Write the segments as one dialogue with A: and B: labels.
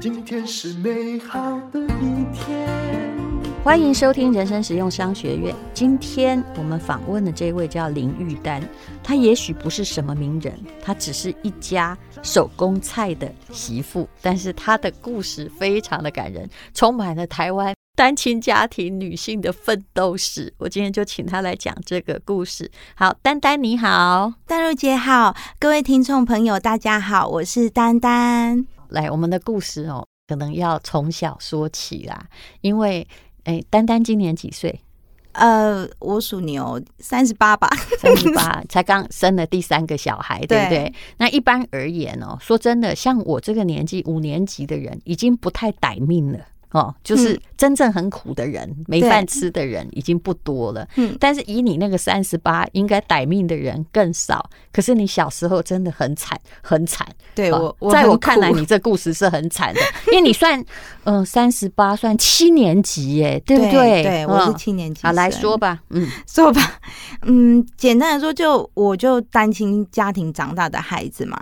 A: 今天是美好的一天。
B: 欢迎收听人生实用商学院。今天我们访问的这位叫林玉丹，她也许不是什么名人，她只是一家手工菜的媳妇，但是她的故事非常的感人，充满了台湾单亲家庭女性的奋斗史。我今天就请她来讲这个故事。好，丹丹你好，
C: 淡如姐好，各位听众朋友大家好，我是丹丹。
B: 来我们的故事哦，可能要从小说起啦，因为哎，丹丹今年几岁？
C: 呃，我属牛，三十八吧。
B: 三十八，才刚生了第三个小孩，对不对？
C: 对
B: 那一般而言哦，说真的，像我这个年纪五年级的人，已经不太歹命了。哦，就是
C: 嗯
B: 真正很苦的人，没
C: 对
B: 饭吃的人已经不多了。
C: 嗯
B: 但是以你那个三十八，应该歹命的人更少。可是你小时候真的很惨，很惨。
C: 对
B: 好
C: 我，我
B: 哦在
C: 很
B: 我看来，
C: 苦
B: 你这故事是很惨 的，因为你算，嗯、呃，三十八算七年级耶，对不
C: 对
B: 对？哦嗯
C: 对，我是七年级
B: 好，来
C: 生
B: 说吧，嗯，
C: 说吧， 嗯，简单来说就，我就单亲家庭长大的孩子嘛。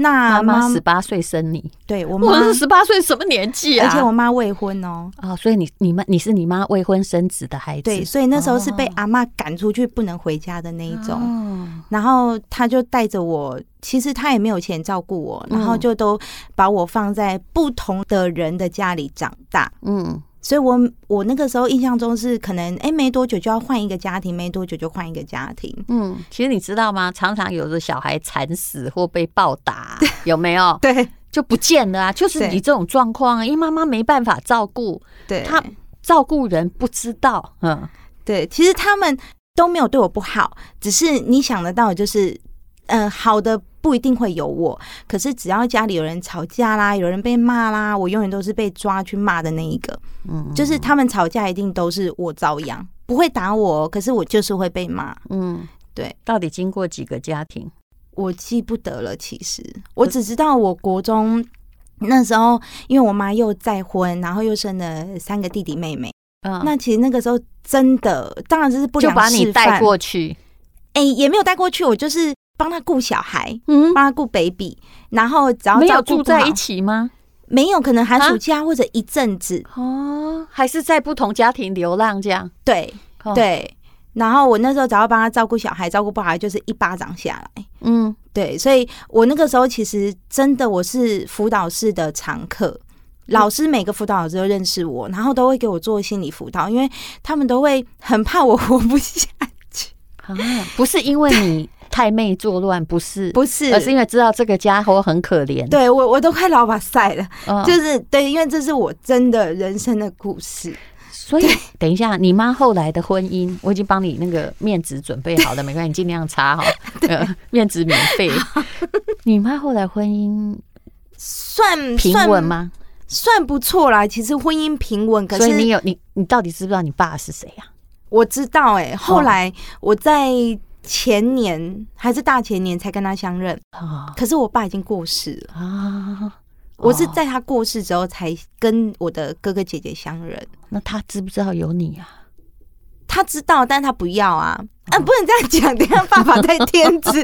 C: 那
B: 妈妈十
C: 啊妈
B: 八岁生你，
C: 对我妈
B: 我，是十八岁，什么年纪啊？
C: 而且我妈未婚哦，
B: 啊、所以你你们你是你妈未婚生子的孩子，
C: 对，所以那时候是被
B: 哦
C: 阿妈赶出去不能回家的那一种。
B: 哦
C: 然后他就带着我，其实他也没有钱照顾我，
B: 嗯
C: 然后就都把我放在不同的人的家里长大。
B: 嗯，
C: 所以我我那个时候印象中是可能哎没多久就要换一个家庭，没多久就换一个家庭。
B: 嗯，其实你知道吗？常常有的小孩惨死或被暴打，有没有
C: 对
B: 就不见了啊？就是
C: 对
B: 你这种状况啊，因为妈妈没办法照顾
C: 对，
B: 他，照顾人不知道，嗯，
C: 对，其实他们都没有对我不好，只是你想得到的就是，呃，好的不一定会有我，可是只要家里有人吵架啦，有人被骂啦，我永远都是被抓去骂的那一个。
B: 嗯
C: 就是他们吵架一定都是我遭殃，不会打我，哦可是我就是会被骂。
B: 嗯，
C: 对，
B: 到底经过几个家庭？
C: 我记不得了，其实我只知道我国中那时候，因为我妈又再婚，然后又生了三个弟弟妹妹。
B: 嗯，
C: 那其实那个时候真的，当然就是不
B: 就
C: 良
B: 把你
C: 示范
B: 带过去，
C: 哎、也没有带过去，我就是帮他顾小孩，
B: 嗯
C: 帮，他顾 baby，然后只要
B: 没有
C: 照顾
B: 住
C: 不
B: 在
C: 好
B: 一，起吗？
C: 没有可能寒
B: 啊
C: 暑假或者一阵子，
B: 哦，还是在不同家庭流浪这样？
C: 对、
B: 哦，
C: 对。然后我那时候只要帮他照顾小孩，照顾不好就是一巴掌下来。
B: 嗯，
C: 对，所以我那个时候其实真的我是辅导室的常客，老师每个辅导老师都认识我，然后都会给我做心理辅导，因为他们都会很怕我 活不下。
B: 啊，不是因为你太妹作乱， 不是，
C: 不是
B: 而，是因为知道这个家伙很可怜。
C: 对我我都快老把塞了，
B: 嗯，
C: 就是对，因为这是我真的人生的故事。
B: 所以等一下，你妈后来的婚姻，我已经帮你那个面子准备好了，没关系，你尽量擦 哈，呃面子免费。你妈后来婚姻
C: 算
B: 平稳？吗？
C: 算算不错啦，其实婚姻平稳，可
B: 所以你
C: 是
B: 有你你到底知不知道你爸是谁啊呀？
C: 我知道哎、
B: 嗯
C: 后来我在前年还是大前年才跟他相认，
B: 啊
C: 可是我爸已经过世了。
B: 啊，
C: 我是
B: 哦
C: 在他过世之后才跟我的哥哥姐姐相认。
B: 那他知不知道有你啊？
C: 他知道，但他不要啊！
B: 哦
C: 啊，不能这样讲，等一下爸爸太天 真。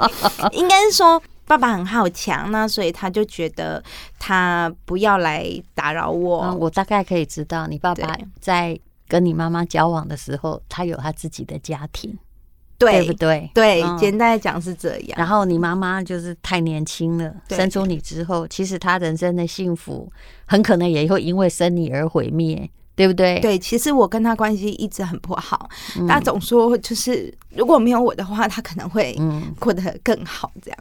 C: 应该是说爸爸很好强，那所以他就觉得他不要来打扰我。
B: 嗯，我大概可以知道，你爸爸
C: 对
B: 在跟你妈妈交往的时候，他有他自己的家庭，
C: 对
B: 对不对？
C: 对
B: 嗯
C: 简单来讲是这样。
B: 然后你妈妈就是太年轻了，
C: 对
B: 生出你之后，其实她人生的幸福很可能也会因为生你而毁灭，对不对？，嗯
C: 对，其实我跟他关系一直很不好。他总说，就是如果没有我的话，他可能会
B: 嗯，
C: 过得更好。这样，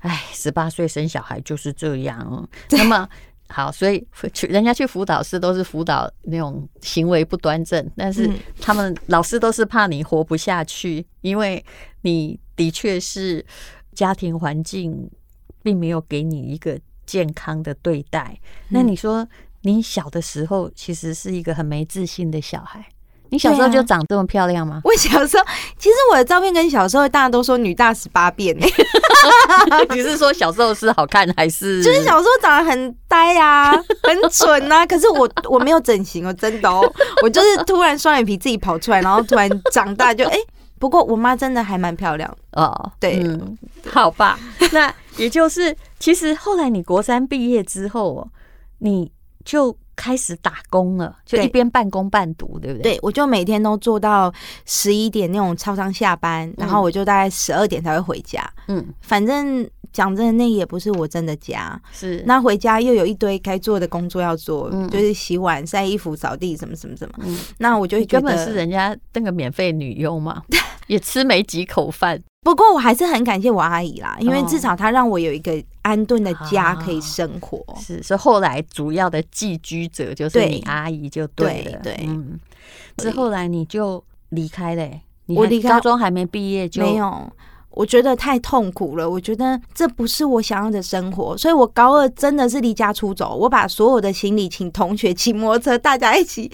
B: 哎，十八岁生小孩就是这样。那 么好，所以去人家去辅导室都是辅导那种行为不端正，但是
C: 嗯
B: 他们老师都是怕你活不下去，因为你的确是家庭环境并没有给你一个健康的对待。那
C: 嗯
B: 你说你小的时候其实是一个很没自信的小孩，你小时候
C: 对啊
B: 就长这么漂亮吗？
C: 我小时候，其实我的照片跟小时候大家都说女大十八变、欸，
B: 你是说小时候是好看还是？
C: 就是小时候长得很呆啊，很蠢啊。可是我我没有整形哦，真的哦，我就是突然双眼皮自己跑出来，然后突然长大就哎、不过我妈真的还蛮漂亮的，
B: 哦，
C: 对
B: 嗯，好 吧，那也就是，其实后来你国三毕业之后哦，你就开始打工了，就
C: 对
B: 一边半工半读，对不对？
C: 对，我就每天都做到十一点那种超商下班，然后我就大概十二点才会回家。
B: 嗯，
C: 反正讲真的，那也不是我真的家。
B: 是
C: 那回家又有一堆该做的工作要做，
B: 嗯
C: 就是洗碗、晒衣服、扫地，什么什么什么。
B: 嗯
C: 那我就会
B: 你
C: 觉
B: 根
C: 得
B: 本是人家那个免费女佣 嘛，也吃没几口饭。
C: 不过我还是很感谢我阿姨啦，因为
B: 哦
C: 至少她让我有一个安顿的家
B: 啊
C: 可以生活。
B: 是，是后来主要的寄居者就是
C: 对
B: 你阿姨就对了。
C: 对对
B: 嗯。是
C: 所以
B: 后来你就离开了欸、你
C: 我
B: 还
C: 离开
B: 高中还没毕业就
C: 没有，我觉得太痛苦了，我觉得这不是我想要的生活，所以我高二真的是离家出走，我把所有的行李请同学骑摩托车，大家一起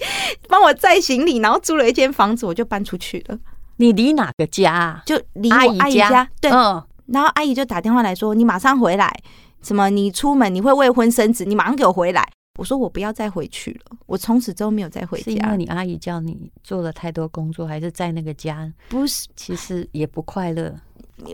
C: 帮我载行李，然后租了一间房子，我就搬出去了，
B: 你离哪个家啊？
C: 就离我阿姨
B: 家，
C: 家。对，
B: 嗯，
C: 然后阿姨就打电话来说：“你马上回来，什么你出门你会未婚生子，你马上给我回来。”我说我不要再回去了，我从此之后没有再回
B: 是因为
C: 家。
B: 你阿姨叫你做了太多工作，还是在那个家
C: 不是，
B: 其实也不快乐？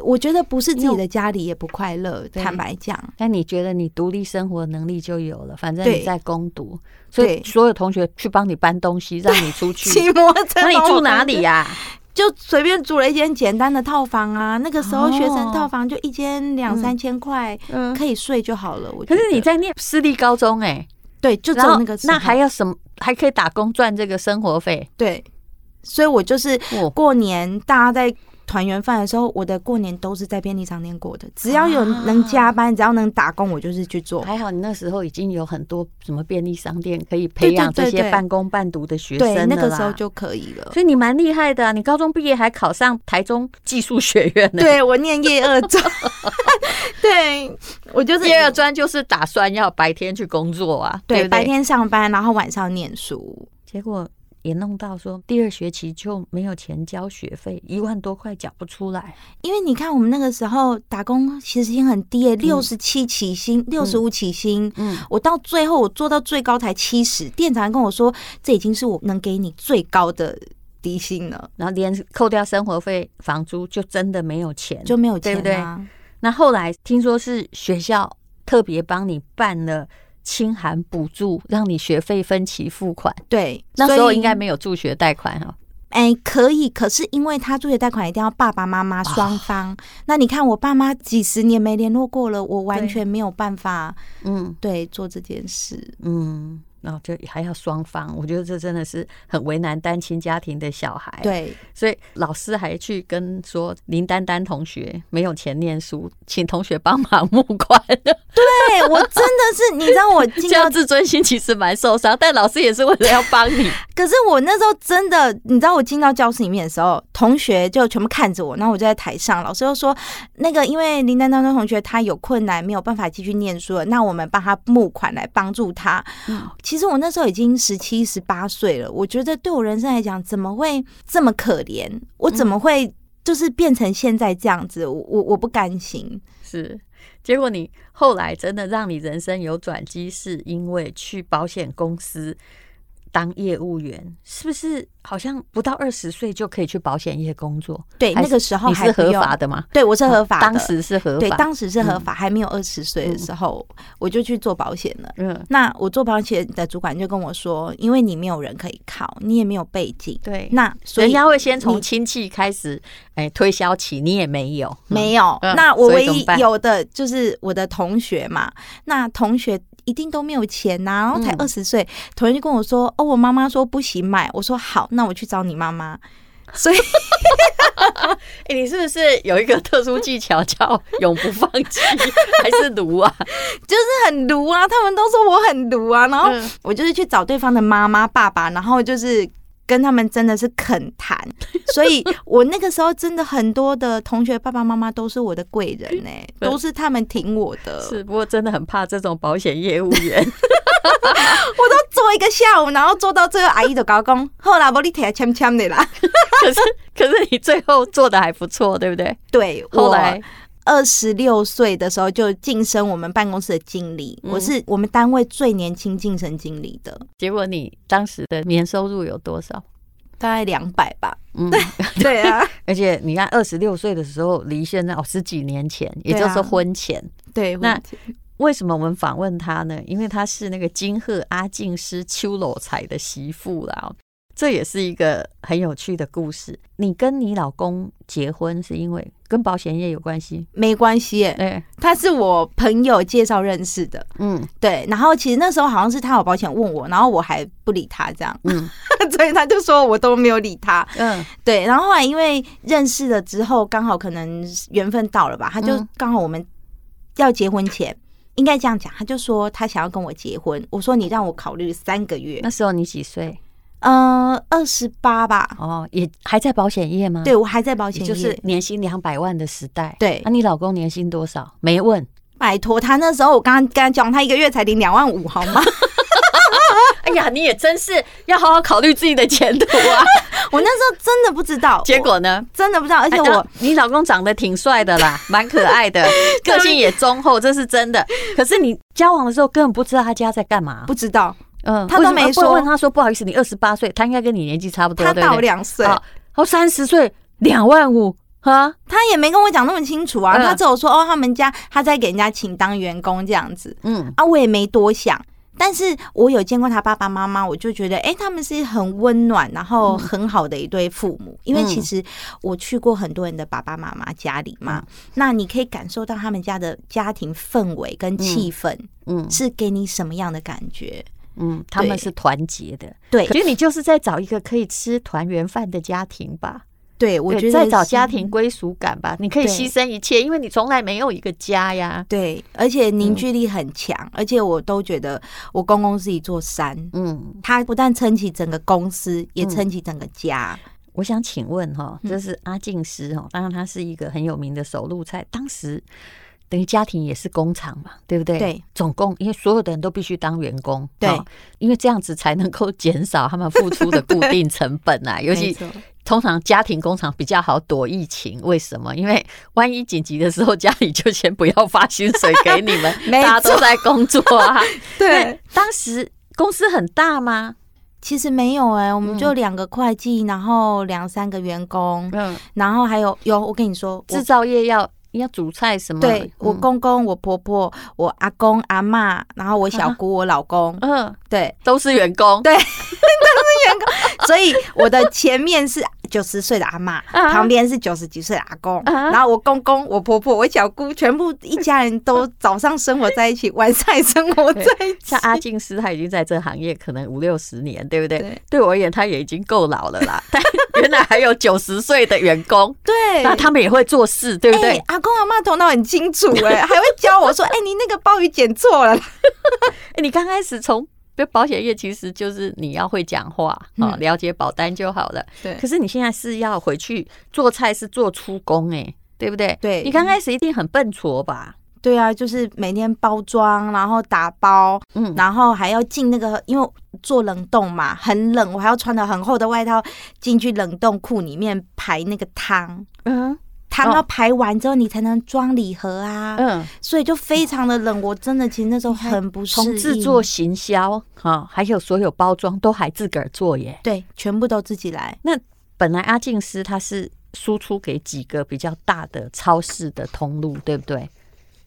C: 我觉得不是自
B: 因为
C: 己的家里也不快乐，
B: 对
C: 坦白讲。
B: 但你觉得你独立生活能力就有了，反正
C: 对
B: 你在攻读，所以
C: 对
B: 所有同学去帮你搬东西，让你 出去。
C: 骑摩托车，
B: 那你住哪里、啊呀、
C: 就随便租了一间简单的套房啊。那个时候
B: 哦
C: 学生套房就一间两
B: 嗯
C: 三千块，
B: 嗯，
C: 可以睡就好了。我觉
B: 可
C: 得
B: 是你在念私立高中哎、
C: 对，就只
B: 然
C: 有
B: 后
C: 那个时候
B: 那还要什么？还可以打工赚这个生活费？
C: 对，所以我就是
B: 我
C: 过年大家在。团圆饭的时候，我的过年都是在便利商店过的。只要有
B: 啊
C: 能加班，只要能打工，我就是去做。
B: 还好，你那时候已经有很多什么便利商店可以培养
C: 对
B: 这
C: 对对
B: 些
C: 对
B: 半工半读的学生
C: 对，那
B: 了
C: 个
B: 啦
C: 时候，就可以 了。
B: 所以你蛮厉害的啊、你高中毕业还考上台中技术学院呢。
C: 对我念夜二 专，对我就是
B: 第二专就是打算要白天去工作啊，对
C: 对
B: 不对
C: 白，天上班，然后晚上念书。
B: 结果也弄到说第二学期就没有钱交学费，一万多块缴不出来，
C: 因为你看，我们那个时候打工其实薪很低耶、六十七起薪，六十五起薪。
B: 嗯，
C: 我到最后我做到最高才七十，店长还跟我说，这已经是我能给你最高的底薪了，
B: 然后连扣掉生活费、房租，就真的没有钱。
C: 就没
B: 嗯
C: 有
B: 对
C: 钱
B: 不对
C: 啊。
B: 那后来听说是学校特别帮你办了清函补助，让你学费分期付款。
C: 对，
B: 那时候
C: 所以
B: 应该没有助学贷款哈、
C: 哎，可以，可是因为他助学贷款一定要爸爸妈妈双方，那你看我爸妈几十年没联络过了，我完
B: 啊对
C: 全没有办法
B: 嗯
C: 对做这件事。
B: 嗯，然后就还要双方，我觉得这真的是很为难单亲家庭的小孩。，
C: 对，
B: 所以老师还去跟说林丹丹同学没有钱念书，请同学帮忙募 款。
C: 对我真的是，你知道我进
B: 这
C: 到
B: 样自尊心其实蛮受伤，但老师也是为了要帮 你。
C: 可是我那时候真的，你知道我进到教室里面的时候，同学就全部看着我，然后我就在台上，老师就说那个因为林丹丹同学他有困难，没有办法继续念书了，那我们帮他募款来帮助他。
B: 嗯
C: 其实我那时候已经十七、十八岁了，我觉得对我人生来讲，怎么会这么可怜？我怎么会就是变成现在这样子？我我我不甘心。
B: 是，结果你后来真的让你人生有转机，是因为去保险公司当业务员，是不是？好像不到二十岁就可以去保险业工作，
C: 对，
B: 还
C: 哎那个时候
B: 你
C: 还
B: 是
C: 不
B: 合
C: 用
B: 法，的吗？
C: 对我是合法的。
B: 当时是合法，
C: 对，当时是合法，还没有二十岁的时候，我就去做保险了。
B: 嗯，
C: 那我做保险的主管就跟我说，因为你没有人可以靠，你也没有背景，
B: 对。
C: 那所
B: 人
C: 以
B: 家会先从
C: 你
B: 亲戚开始，哎，推销起，你也没有，嗯
C: 没有。
B: 嗯
C: 那我
B: 所以
C: 唯
B: 怎
C: 一
B: 么办
C: 有的就是我的同学嘛，那同学。一定都没有钱呐、然后才
B: 嗯
C: 二十岁，同学就跟我说：“哦，我妈妈说不行买。”我说：“好，那我去找你妈妈。”所以
B: 哎，你是不是有一个特殊技巧叫永不放弃，还是毒啊？
C: 就是很毒啊，他们都说我很毒啊，然后
B: 嗯
C: 我就是去找对方的妈妈、爸爸，然后就是跟他们真的是 恳谈，所以我那个时候真的很多的同学爸爸妈妈都是我的贵人呢、
B: 对
C: 都是他们挺我的。
B: 嗯是，不过真的很怕这种保险业务员，
C: 我都做一个下午，然后做到最后阿姨就高工，后来我你提签签的 啦。
B: 可是可是你最后做的还不错，对不对？
C: 对，
B: 后来
C: 二十六岁的时候就晋升我们办公室的经理，
B: 嗯
C: 我是我们单位最年轻晋升经理的，
B: 结果你当时的年收入有多少？
C: 大概两百 吧。
B: 嗯，
C: 对 啊，
B: 而且你啊看，二十六岁的时候离现在哦十几年前，也就是婚前，
C: 对，
B: 那
C: 我
B: 为什么我们访问她呢？因为她是那个金鹤阿静师邱楼才的媳妇啦哦，这也是一个很有趣的故事。你跟你老公结婚是因为跟保险业有关系？
C: 没关系耶，
B: 哎，
C: 他是我朋友介绍认识的，
B: 嗯
C: 对。然后其实那时候好像是他有保险问我，然后我还不理他这样，
B: 嗯
C: 所以他就说我都没有理他。
B: 嗯，
C: 对，然后后来因为认识了之后，刚好可能缘分到了吧，他就
B: 嗯
C: 刚好我们要结婚前，应该这样讲，他就说他想要跟我结婚，我说你让我考虑三个月，
B: 那时候你几岁？
C: 呃，二十八吧，
B: 哦，也还在保险业吗？
C: 对我还在保险
B: 也
C: 业，
B: 就是年薪两百万的时代。
C: 对
B: 那、你老公年薪多少？没问。
C: 拜托他那时候我刚刚跟他讲，他一个月才领两万五，好 吗？
B: 哎呀，你也真是要好好考虑自己的前途 啊！
C: 我那时候真的不知道，
B: 结果呢？
C: 我真的不知道，而且
B: 哎
C: 我
B: 那你老公长得挺帅的 啦，蛮可爱的，个性也忠厚，这是真的。可是你交往的时候根本不知道他家在干嘛，
C: 不知道，
B: 嗯
C: 他都
B: 为什么
C: 没说
B: 会问他说不好意思，你二十八岁，他应该跟你年纪差不多，
C: 他
B: 对
C: 大
B: 不
C: 我
B: 对？
C: 两岁，
B: 好，哦，三十岁两万五哈，
C: 他也没跟我讲那么清楚啊，
B: 嗯
C: 他只有说哦，他们家他在给人家请当员工这样子。
B: 嗯
C: 啊，我也没多想。但是我有见过他爸爸妈妈，我就觉得，哎、他们是很温暖，然
B: 嗯
C: 后很好的一对父母。因为其实我去过很多人的爸爸妈妈家里嘛，
B: 嗯
C: 那你可以感受到他们家的家庭氛围跟气氛
B: 嗯
C: 是给你什么样的感觉。
B: 嗯，他们是团结的。
C: 对
B: 可，是你就是在找一个可以吃团圆饭的家庭吧，
C: 对我
B: 对
C: 觉得
B: 在找
C: 是
B: 家。庭归属感吧。你可以
C: 对
B: 牺牲一切，因为你从来没有一个家呀。
C: 对，而且
B: 嗯
C: 凝聚力很强，而且我都觉得我公公是一座山，
B: 嗯，
C: 他不但撑起整个公司，也撑起整个 家。
B: 我想请问哈，
C: 嗯
B: 这是阿静师哈，当然他是一个很有名的手路菜，当时等于家庭也是工厂嘛，对不对？
C: 对，
B: 总共因为所有的人都必须当员工，
C: 对
B: 哈因为这样子才能够减少他们付出的固定成本 啊，尤
C: 没
B: 其
C: 错，
B: 通常家庭工厂比较好躲疫情，为什么？因为万一紧急的时候，家里就先不要发薪水给你们
C: 没
B: 大家都
C: 错
B: 在工作啊。
C: 对，
B: 当时公司很大吗？
C: 其实没有哎、我们
B: 嗯
C: 就两个会计，然后两三个员工，
B: 嗯，
C: 然后还有有我跟你说，
B: 制
C: 我
B: 造业要要煮菜什么？
C: 对我
B: 嗯
C: 公公、我婆婆、我阿公、阿嬷，然后我小姑、我老公，
B: 嗯，
C: 对，
B: 都是员工。
C: 对 所以我的前面是九十岁的阿嬷，
B: 啊
C: 旁边是九十几岁的阿公，
B: 啊
C: 然后我公公、我婆婆、我小姑，全部一家人都早上生活在一起，晚上也生活在一起
B: 像。 阿静师，他已经在这行业可能五六十年，对不对？
C: 对
B: 我而言，他也已经够老了 啦。但原来还有九十岁的员工，
C: 对，
B: 那他们也会做事，对不对？
C: 哎哎阿公阿嬷头脑很清楚哎、 还会教我说，哎、你那个鲍鱼剪错了啦。
B: 欸、你刚开始从就保险业，其实就是你要会讲话啊、
C: 嗯
B: 哦了解保单就好了。
C: 对
B: 可是你现在是要回去做菜，是做出工哎、对不对？
C: 对
B: 你刚开始一定很笨拙吧？
C: 对啊，就是每天包装，然后打包，
B: 嗯，
C: 然后还要进那个，因为做冷冻嘛，很冷，我还要穿着很厚的外套进去冷冻库里面排那个汤，
B: 嗯
C: 汤
B: 哦
C: 要排完之后你才能装礼盒啊，
B: 嗯，
C: 所以就非常的冷。我真的其实那时候很不适
B: 从
C: 应，
B: 制作、行销哈、哦还有所有包装都还自个儿做耶。
C: 对，全部都自己来。
B: 那本来阿静师他是输出给几个比较大的超市的通路，对不对？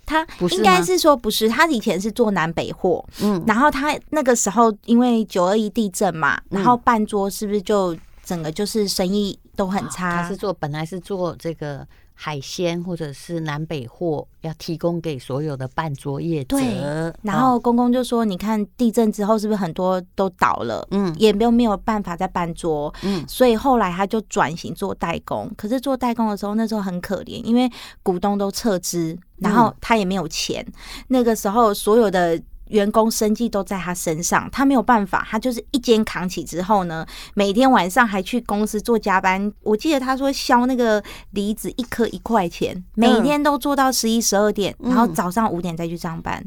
C: 他
B: 不是
C: 应该
B: 吗
C: 是说不是，他以前是做南北货，
B: 嗯，
C: 然后他那个时候因为九二一地震嘛，
B: 嗯
C: 然后半桌是不是就整个就是生意都很差？
B: 他是做本来是做这个海鲜或者是南北货，要提供给所有的办桌业者。
C: 对然
B: 哦
C: 后公公就说：“你看地震之后，是不是很多都倒了？
B: 嗯
C: 也没有没有办法再搬桌，
B: 嗯
C: 所以后来他就转型做代工。可是做代工的时候，那时候很可怜，因为股东都撤资，然后
B: 嗯
C: 他也没有钱。那个时候所有的。”员工生计都在他身上，他没有办法，他就是一肩扛起之后呢，每天晚上还去公司做加班。我记得他说削那个梨子一颗一块钱，每天都做到十一十二点，然后
B: 嗯
C: 早上五点再去上班。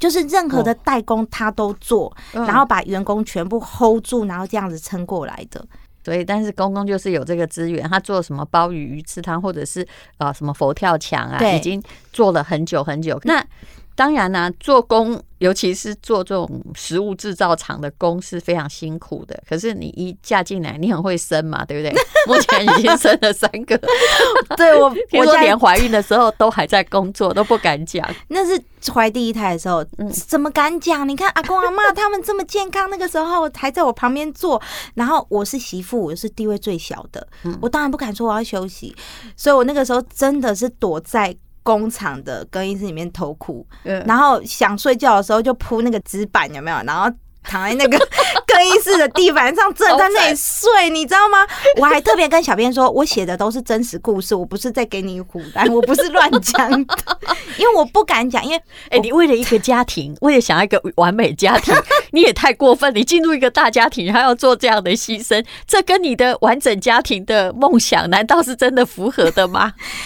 C: 就是任何的代工他都做，
B: 嗯
C: 然后把员工全部 hold 住，然后这样子撑过来的。
B: 所以但是公公就是有这个资源，他做什么鲍鱼鱼翅汤，或者是啊、呃什么佛跳墙啊，
C: 对
B: 已经做了很久很久。那当然啦、做工，尤其是做这种食物制造厂的工是非常辛苦的。可是你一嫁进来，你很会生嘛，对不 对？目前已经生了三个，
C: 对我，
B: 听
C: 我
B: 说
C: 家
B: 连怀孕的时候都还在工作，都不敢 讲。
C: 那是怀第一胎的时候，
B: 嗯
C: 怎么敢讲？你看阿公阿妈他们这么健康，那个时候还在我旁边坐，然后我是媳妇，我是地位最小的，
B: 嗯
C: 我当然不敢说我要休息，所以我那个时候真的是躲在。工厂的更衣室里面偷哭，
B: 嗯
C: 然后想睡觉的时候就铺那个纸板，有没有？然后躺在那个更衣室的地板上，真的在那里睡，你知道吗？我还特别跟小编说，我写的都是真实故事，我不是在给你胡乱，我不是乱讲的，因为我不敢讲，因为
B: 哎、你为了一个家庭， 为了想要一个完美家 庭，你也太过分！你进入一个大家庭，还要做这样的牺牲，这跟你的完整家庭的梦想，难道是真的符合的吗？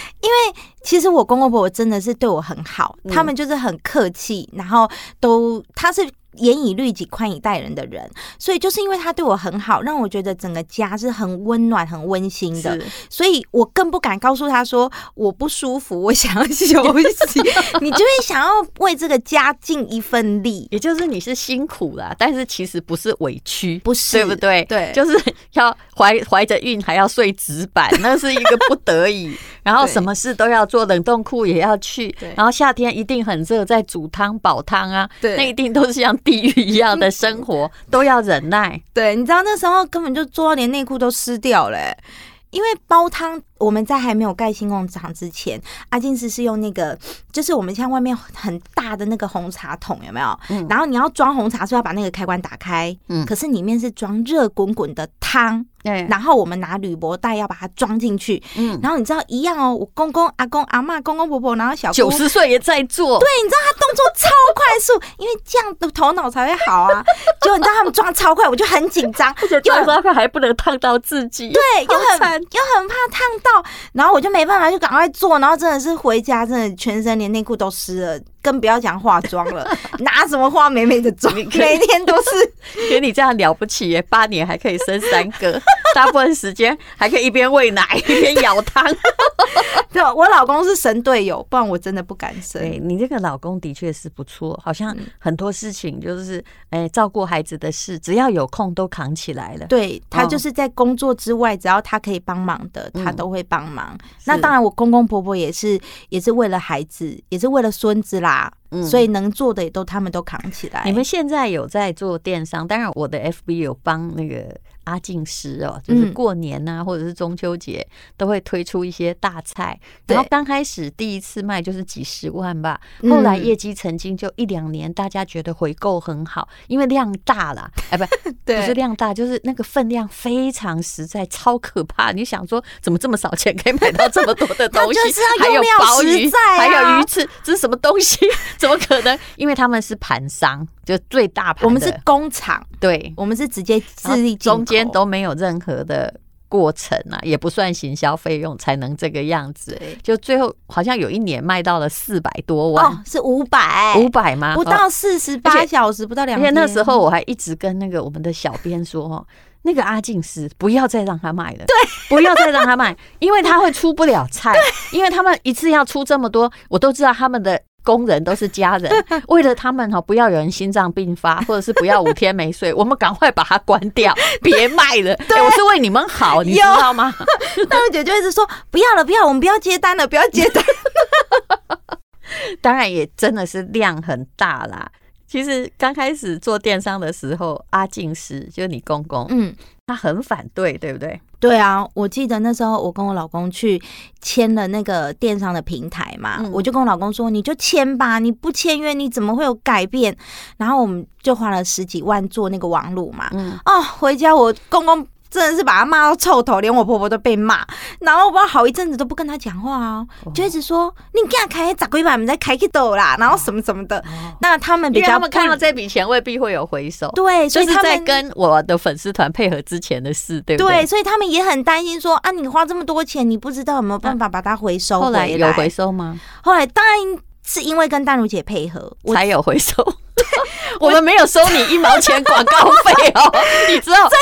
C: 其实我公公婆婆真的是对我很好，
B: 嗯
C: 他们就是很客气，然后都他是。严以律己、宽以待人的人，所以就是因为他对我很好，让我觉得整个家是很温暖、很温馨的。
B: 是，
C: 所以我更不敢告诉他说我不舒服，我想要休息。 你就会想要为这个家尽一份力，
B: 也就是你是辛苦啦，但是其实不是委屈，
C: 不是
B: 对不对？
C: 对
B: 就是要怀怀着孕还要睡纸 板，那是一个不得已。然后
C: 对
B: 什么事都要做，冷冻库也要去
C: 对，
B: 然后夏天一定很热，在煮汤煲汤啊，
C: 对嗯
B: 那一定都是像地狱一样的生活，都要忍耐。
C: 对，你知道那时候根本就做到连内裤都湿掉了欸、因为煲汤，我们在还没有盖新工厂之前，阿金斯是用那个，就是我们像外面很大的那个红茶桶，有没有？然后你要装红茶，是要把那个开关打开，
B: 嗯
C: 可是里面是装热滚滚的汤，
B: 对
C: 然后我们拿铝箔袋要把它装进去，
B: 嗯
C: 然后你知道一样哦，我公公、阿公、阿嬷、公公婆婆，然后小姑
B: 九十岁也在做，对，
C: 对，你知道他动作超快速，因为这样的头脑才会好啊。 结果你知道他们装超快，我就很紧张，又很
B: 他还不能烫到自己，对，
C: 对，又
B: 好
C: 很
B: 惨
C: 又很怕烫到，然后我就没办法，就赶快做，然后真的是回家，真的全身连内裤都湿了，更不要讲化妆了， 拿什么化美美的妆，每天都是。
B: 给你这样了不起耶，八年还可以生三个， 大部分时间还可以一边喂 奶一边舀汤。
C: 对，我老公是神队友，不然我真的不敢 生。
B: 对你这个老公的确是不错，好像很多事情就是，哎、照顾孩子的事，只要有空都扛起来了。
C: 对他
B: 哦
C: 就是在工作之外，只要他可以帮忙的，他
B: 嗯
C: 都会帮忙。那当然，我公公婆婆也是，也是为了孩子，也是为了孙子啦，
B: 嗯
C: 所以能做的也都他们都扛起来。
B: 你们现在有在做电商，当然我的 FB 有帮那个阿静师哦，就是
C: 嗯
B: 过年呐、或者是中秋节都会推出一些大菜。
C: 对
B: 然后刚开始第一次卖就是几十万吧，
C: 嗯
B: 后来业绩曾经就一两年，大家觉得回购很好，因为量大啦， 哎，不，不是量大， 就是那个分量非常实在，超可怕。你想说怎么这么少钱可以买到这么多的东西？
C: 它 就是要
B: 还有
C: 用料
B: 鲍鱼，
C: 实在啊
B: 还有鱼翅，这是什么东西？ 怎么可能？因为他们是盘商，就最大盘的，
C: 我们是工厂，
B: 对，
C: 我们是直接
B: 然
C: 自
B: 后
C: 力进口
B: 中间都没有任何的过程啊，也不算行销费用，才能这个样子。
C: 对
B: 就最后好像有一年卖到了四百多
C: 哦
B: 万，，
C: 是五百
B: 五百、吗？
C: 不
B: 哦
C: 到四十
B: 而且
C: 八小时，不到两
B: 而
C: 天。
B: 且那时候我还一直跟那个我们的小编说，哦，那个阿静是不要再让他卖了，对，不要再让他卖，因为他会出不了菜，因为他们一次要出这么多，我都知道他们的。工人都是家人，为了他们哈，哦不要有人心脏病发，或者是不要五天没睡，我们赶快把它关掉，别卖了。对、我是为你们好，你知
C: 有
B: 道吗？
C: 大姐就一直说不要了，不要，我们不要接单了，不要接 单。
B: 当然也真的是量很大啦。其实刚开始做电商的时候，阿静师就是你公公，
C: 嗯，
B: 他很反对，对不对？
C: 对啊，我记得那时候我跟我老公去签了那个电商的平台嘛，
B: 嗯
C: 我就跟我老公说，你就签吧，你不签约你怎么会有改变？然后我们就花了十几万做那个网路嘛，
B: 嗯
C: 哦，回家我公公。真的是把他骂到臭头，连我婆婆都被骂。然后我爸好一阵子都不跟他讲话哦，就一直说你给他开咋鬼版，我们在开去抖啦，然后什么什么的。那他们
B: 哦
C: 比
B: 因为
C: 较
B: 他们看
C: 不
B: 到这笔钱未必会有回收，
C: 对，所
B: 就
C: 以
B: 是
C: 他
B: 在
C: 们
B: 跟我的粉丝团配合之前的事，对不
C: 对，
B: 对？
C: 所以他们也很担心说啊，你花这么多钱，你不知道有没有办法把它回收
B: 后
C: 回
B: 来
C: 来。
B: 有回收吗？
C: 后来当然是因为跟淡如姐配合，我
B: 才 有回收。我们没有收你一毛钱广告费哦，你知道？真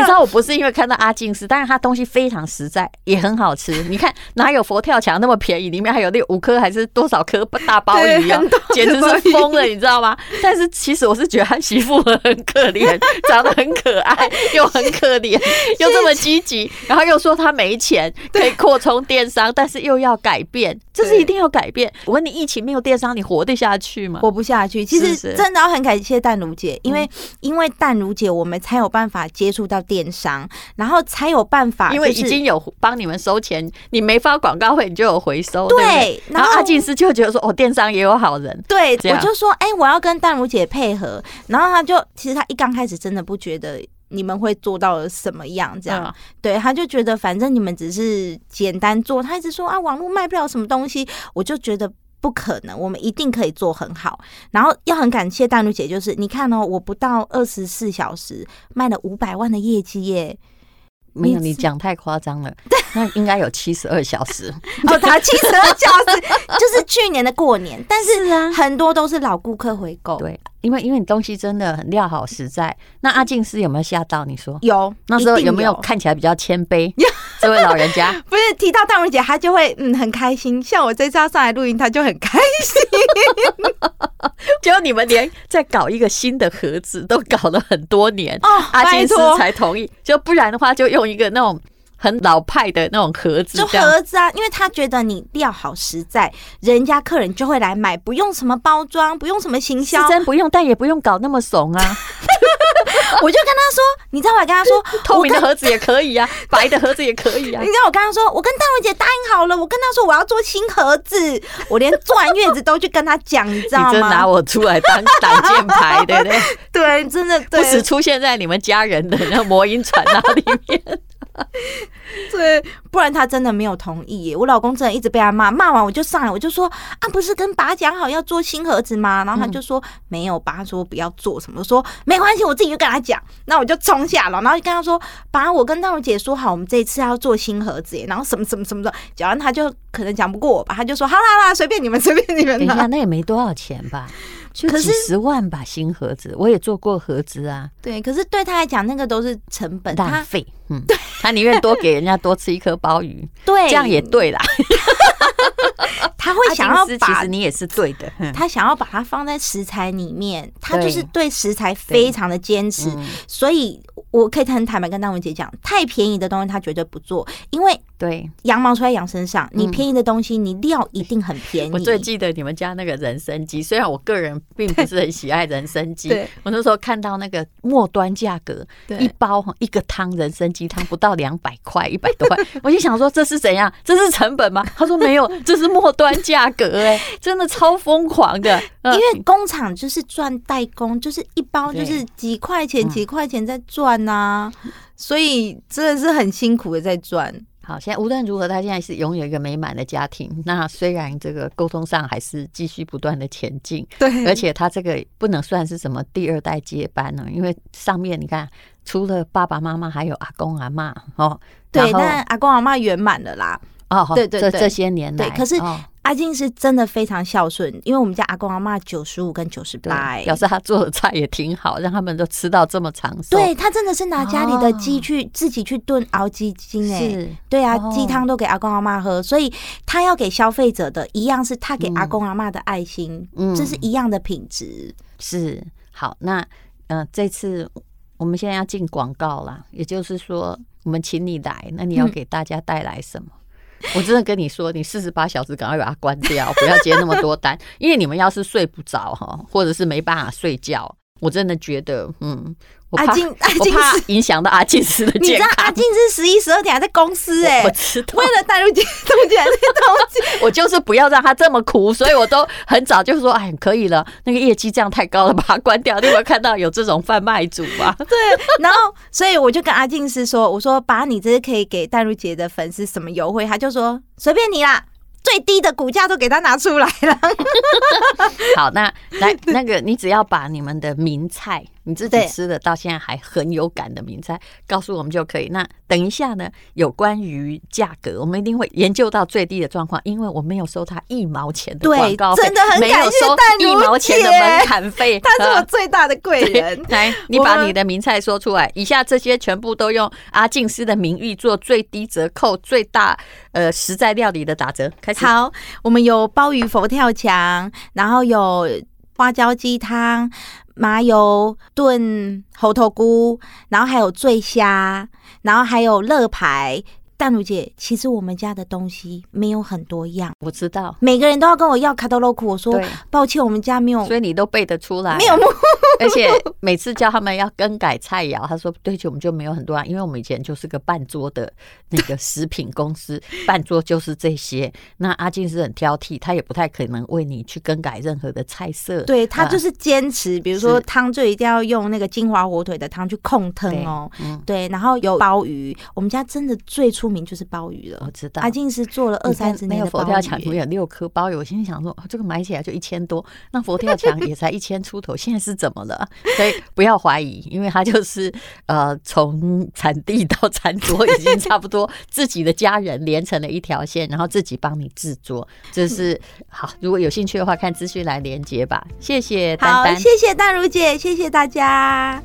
B: 你知道我不是因为看到阿静是，但是它东西非常实在，也很好吃。你看哪有佛跳墙那么便宜？里面还有那五颗还是多少颗大鲍鱼啊
C: 对很大的？
B: 简直是疯了，你知道吗？但是其实我是觉得他媳妇很可怜，长得很可 爱，又很可怜，又这么积极，然后又说他没钱可以扩充电商，但是又要改变，这是
C: 对
B: 一定要改变。我问你，疫情没有电商，你活得下去吗？
C: 活不下去。其
B: 是嗯
C: 实
B: 是
C: 真的要很感谢淡如姐，因为、因为淡如姐，我们才有办法接触到电商，然后才有办法、
B: 因为已经有帮你们收钱，你没发广告费，你就有回收，对
C: 对
B: 不对？
C: 然
B: 然
C: 后
B: 后阿静斯就觉得说，哦，电商也有好人，
C: 对，
B: 这样
C: 我就说，哎、我要跟淡如姐配合，然后她就其实她一刚开始真的不觉得你们会做到什么样，这样，
B: 嗯
C: 对，她就觉得反正你们只是简单做，她一直说啊，网络卖不了什么东西，我就觉得。不可能，我们一定可以做很好。然后要很感谢淡如姐，就是你看哦，我不到二十四小时卖了五百万的业绩耶！
B: 没有
C: 你
B: 你讲太夸张了，那应该有七十二小 时。
C: 哦，打七十二小时， 就是去年的过年，但是
B: 啊
C: 很多都是老顾客回购。，
B: 对，因为因为你东西真的很料好实在。那阿静斯有没有吓到？你说
C: 有
B: 那时候
C: 一定
B: 有没有看起来比较谦 卑？这位老人家
C: 不是提到淡如姐，她就会嗯很开心。像我这次要上来录音，她就很开心。
B: 结果你们连在搞一个新的盒子都搞了很多年，
C: 哦
B: 阿
C: 拜
B: 静斯
C: 托
B: 才同意，就不然的话就用一个那种很老派的那种盒子
C: 就
B: 这样
C: 盒子啊，因为她觉得你料好实在，人家客人就会来买，不用什么包装，不用什么行
B: 是
C: 销。
B: 真不用，但也不用搞那么怂啊。
C: 我就跟她说，你知道我还跟她 说，
B: 透明的盒子也可 以啊，白的盒子也可以啊
C: 你。知道我跟她说，我跟淡如姐答应好了，我跟她说我要做新盒子，我连坐完月子都去跟她讲， 你啊知
B: 你
C: 道
B: 真拿
C: 吗？
B: 我出来当挡箭牌， 对不啊对？
C: 对，真的
B: 不
C: 对，
B: 时出现在你们家人的那魔音传那里面。啊
C: 对，不然他真的没有同意耶。我老公真的一直被他骂，骂完我就上来，我就说啊，不是跟爸讲好要做新盒子吗？然后他就说、没有，爸说不要做什么，我说没关系，我自己就跟他讲。那我就冲下楼，然后就跟他说，爸，我跟大如姐说好，我们这一次要做新盒子耶，然后什么什么什么的。讲完他就可能讲不过我吧，他就说好啦好啦，随便你们，随便 你
B: 等
C: 们
B: 一下，
C: 啦。
B: 那也没多少钱吧？就
C: 可
B: 几
C: 是
B: 十万吧，新盒子。我也做过盒子啊，
C: 对，可是对他来讲，那个都是成本，
B: 浪
C: 他
B: 费。嗯，他宁愿多给人家多吃一颗鲍鱼，
C: 对
B: 这样也 对啦。
C: 他会
B: 阿
C: 想要
B: 金斯其
C: 把
B: 实你也是对的。嗯
C: 他想要把它放在食材里面，他
B: 对嗯
C: 就是对食材非常的坚持，所以我可以很坦白跟大文姐讲，太便宜的东西他绝对不做，因为
B: 对，
C: 羊毛出在羊身上，你便宜的东西你料一定很便宜。
B: 嗯 我最记得你们家那个人参鸡，虽然我个人并不是很喜爱人参鸡
C: 对，
B: 我那时候看到那个末端价格，
C: 对
B: 一包一个汤人参鸡汤不到两百块，一百多块，我就想说这是怎样？这是成本吗？他说没有，这是末端价格，哎，真的超疯狂的，嗯因
C: 因为工厂就是赚代工，就是一包
B: 对
C: 就是几块钱
B: 嗯
C: 几块钱在赚 呐、所以真的是很辛苦的在赚。
B: 好，现在无论如何，他现在是拥有一个美满的家庭。那虽然这个沟通上还是继续不断的前进，
C: 对
B: 而且他这个不能算是什么第二代接班呢，因为上面你看，除了爸爸妈妈，还有阿公阿妈哦，
C: 对，
B: 然后
C: 但阿公阿妈圆满了啦。
B: 哦，好
C: 对对
B: 这
C: 对
B: 这些年来，
C: 对可是
B: 哦
C: 阿静是真的非常孝顺，因为我们家阿公阿妈九十五跟九十
B: 对
C: 八，欸
B: 表示他做的菜也挺好，让他们都吃到这么长寿。
C: 对他真的是拿家里的鸡去、自己去炖熬鸡精哎、
B: 哦是
C: 对啊，
B: 哦
C: 鸡汤都给阿公阿妈喝，所以他要给消费者的一样是他给阿公阿妈的爱心，
B: 嗯
C: 这是一样的品质。
B: 是好，那呃，这次我们现在要进广告啦，也就是说，我们请你来，那你要给大家带来什么？我真的跟你说，你四十八小时赶快把它关掉，不要接那么多单，因为你们要是睡不着哈，或者是没办法睡觉，我真的觉得，嗯，我
C: 阿
B: 怕
C: 静阿
B: 我
C: 静
B: 怕
C: 是
B: 影响到阿静斯的
C: 你知
B: 健
C: 道阿
B: 康。
C: 静是十一十二点还在公司哎、
B: 我我知道
C: 为，了带入姐入姐这些东西，
B: 我就是不要让他这么苦，所以我都很早就说，哎，可以了，那个业绩这样太高了，把它关掉。你有没有看到有这种贩卖组啊？
C: 对， 然后所以我就跟阿静是说，我说把你这是可以给淡如姐的粉丝什么优惠，他就说随便你啦，最低的股价都给他拿出来了。
B: 好，那来那个，你只要把你们的名菜你自己
C: 对
B: 吃的到现在还很有感的名菜，告诉我们就可以。那等一下呢，有关于价格，我们一定会研究到最低的状况，因为我没有收他一毛钱的
C: 对
B: 广告费，
C: 真的很
B: 没
C: 感
B: 有
C: 谢
B: 收
C: 淡
B: 一
C: 如
B: 毛钱的
C: 姐
B: 门槛费，
C: 他是我
B: 呃
C: 最大的贵人。
B: 来，你
C: 我
B: 把
C: 们
B: 你的名菜说出来。以下这些全部都用阿静师的名义做最低折扣、最大呃实在料理的打折。开始，
C: 好，我们有鲍鱼佛跳墙，然后有花椒鸡汤、麻油炖猴头菇，然后还有醉虾，然后还有乐牌。淡如姐，其实我们家的东西没有很多样，
B: 我知道，
C: 每个人都要跟我要卡多洛苦。我说
B: 对
C: 抱歉，我们家没有
B: 所以你都背得出来。
C: 嗯 没有
B: 而且每次叫他们要更改菜肴，他说对不起，我们就没有很多啊，因为我们以前就是个半桌 的那个食品公司，半桌就是这些。那阿静是很挑剔，他也不太可能为你去更改任何的菜色。、
C: 对他就是
B: 啊
C: 是坚持，比如说
B: 是
C: 汤就一定要用那个金华火腿的汤去控汤
B: 对
C: 哦。
B: 嗯，
C: 对，然后有鲍鱼，我们家真的最出名就是鲍鱼了
B: 我。知道。
C: 阿静是做了二
B: 你看
C: 三十年
B: 那
C: 的
B: 个佛
C: 包
B: 跳墙里面有六颗包，我心里想说，哦，这个买起来就一千多，那佛跳墙也才一千出头，现在是怎么了？所以不要怀疑，因为他就是呃，从产地到餐桌已经差不多，自己的家人连成了一条线，然后自己帮你制作，这
C: 嗯
B: 是好。如果有兴趣的话，看资讯来连接吧。谢谢丹
C: 好，
B: 丹。
C: 谢谢淡如姐，谢谢大家。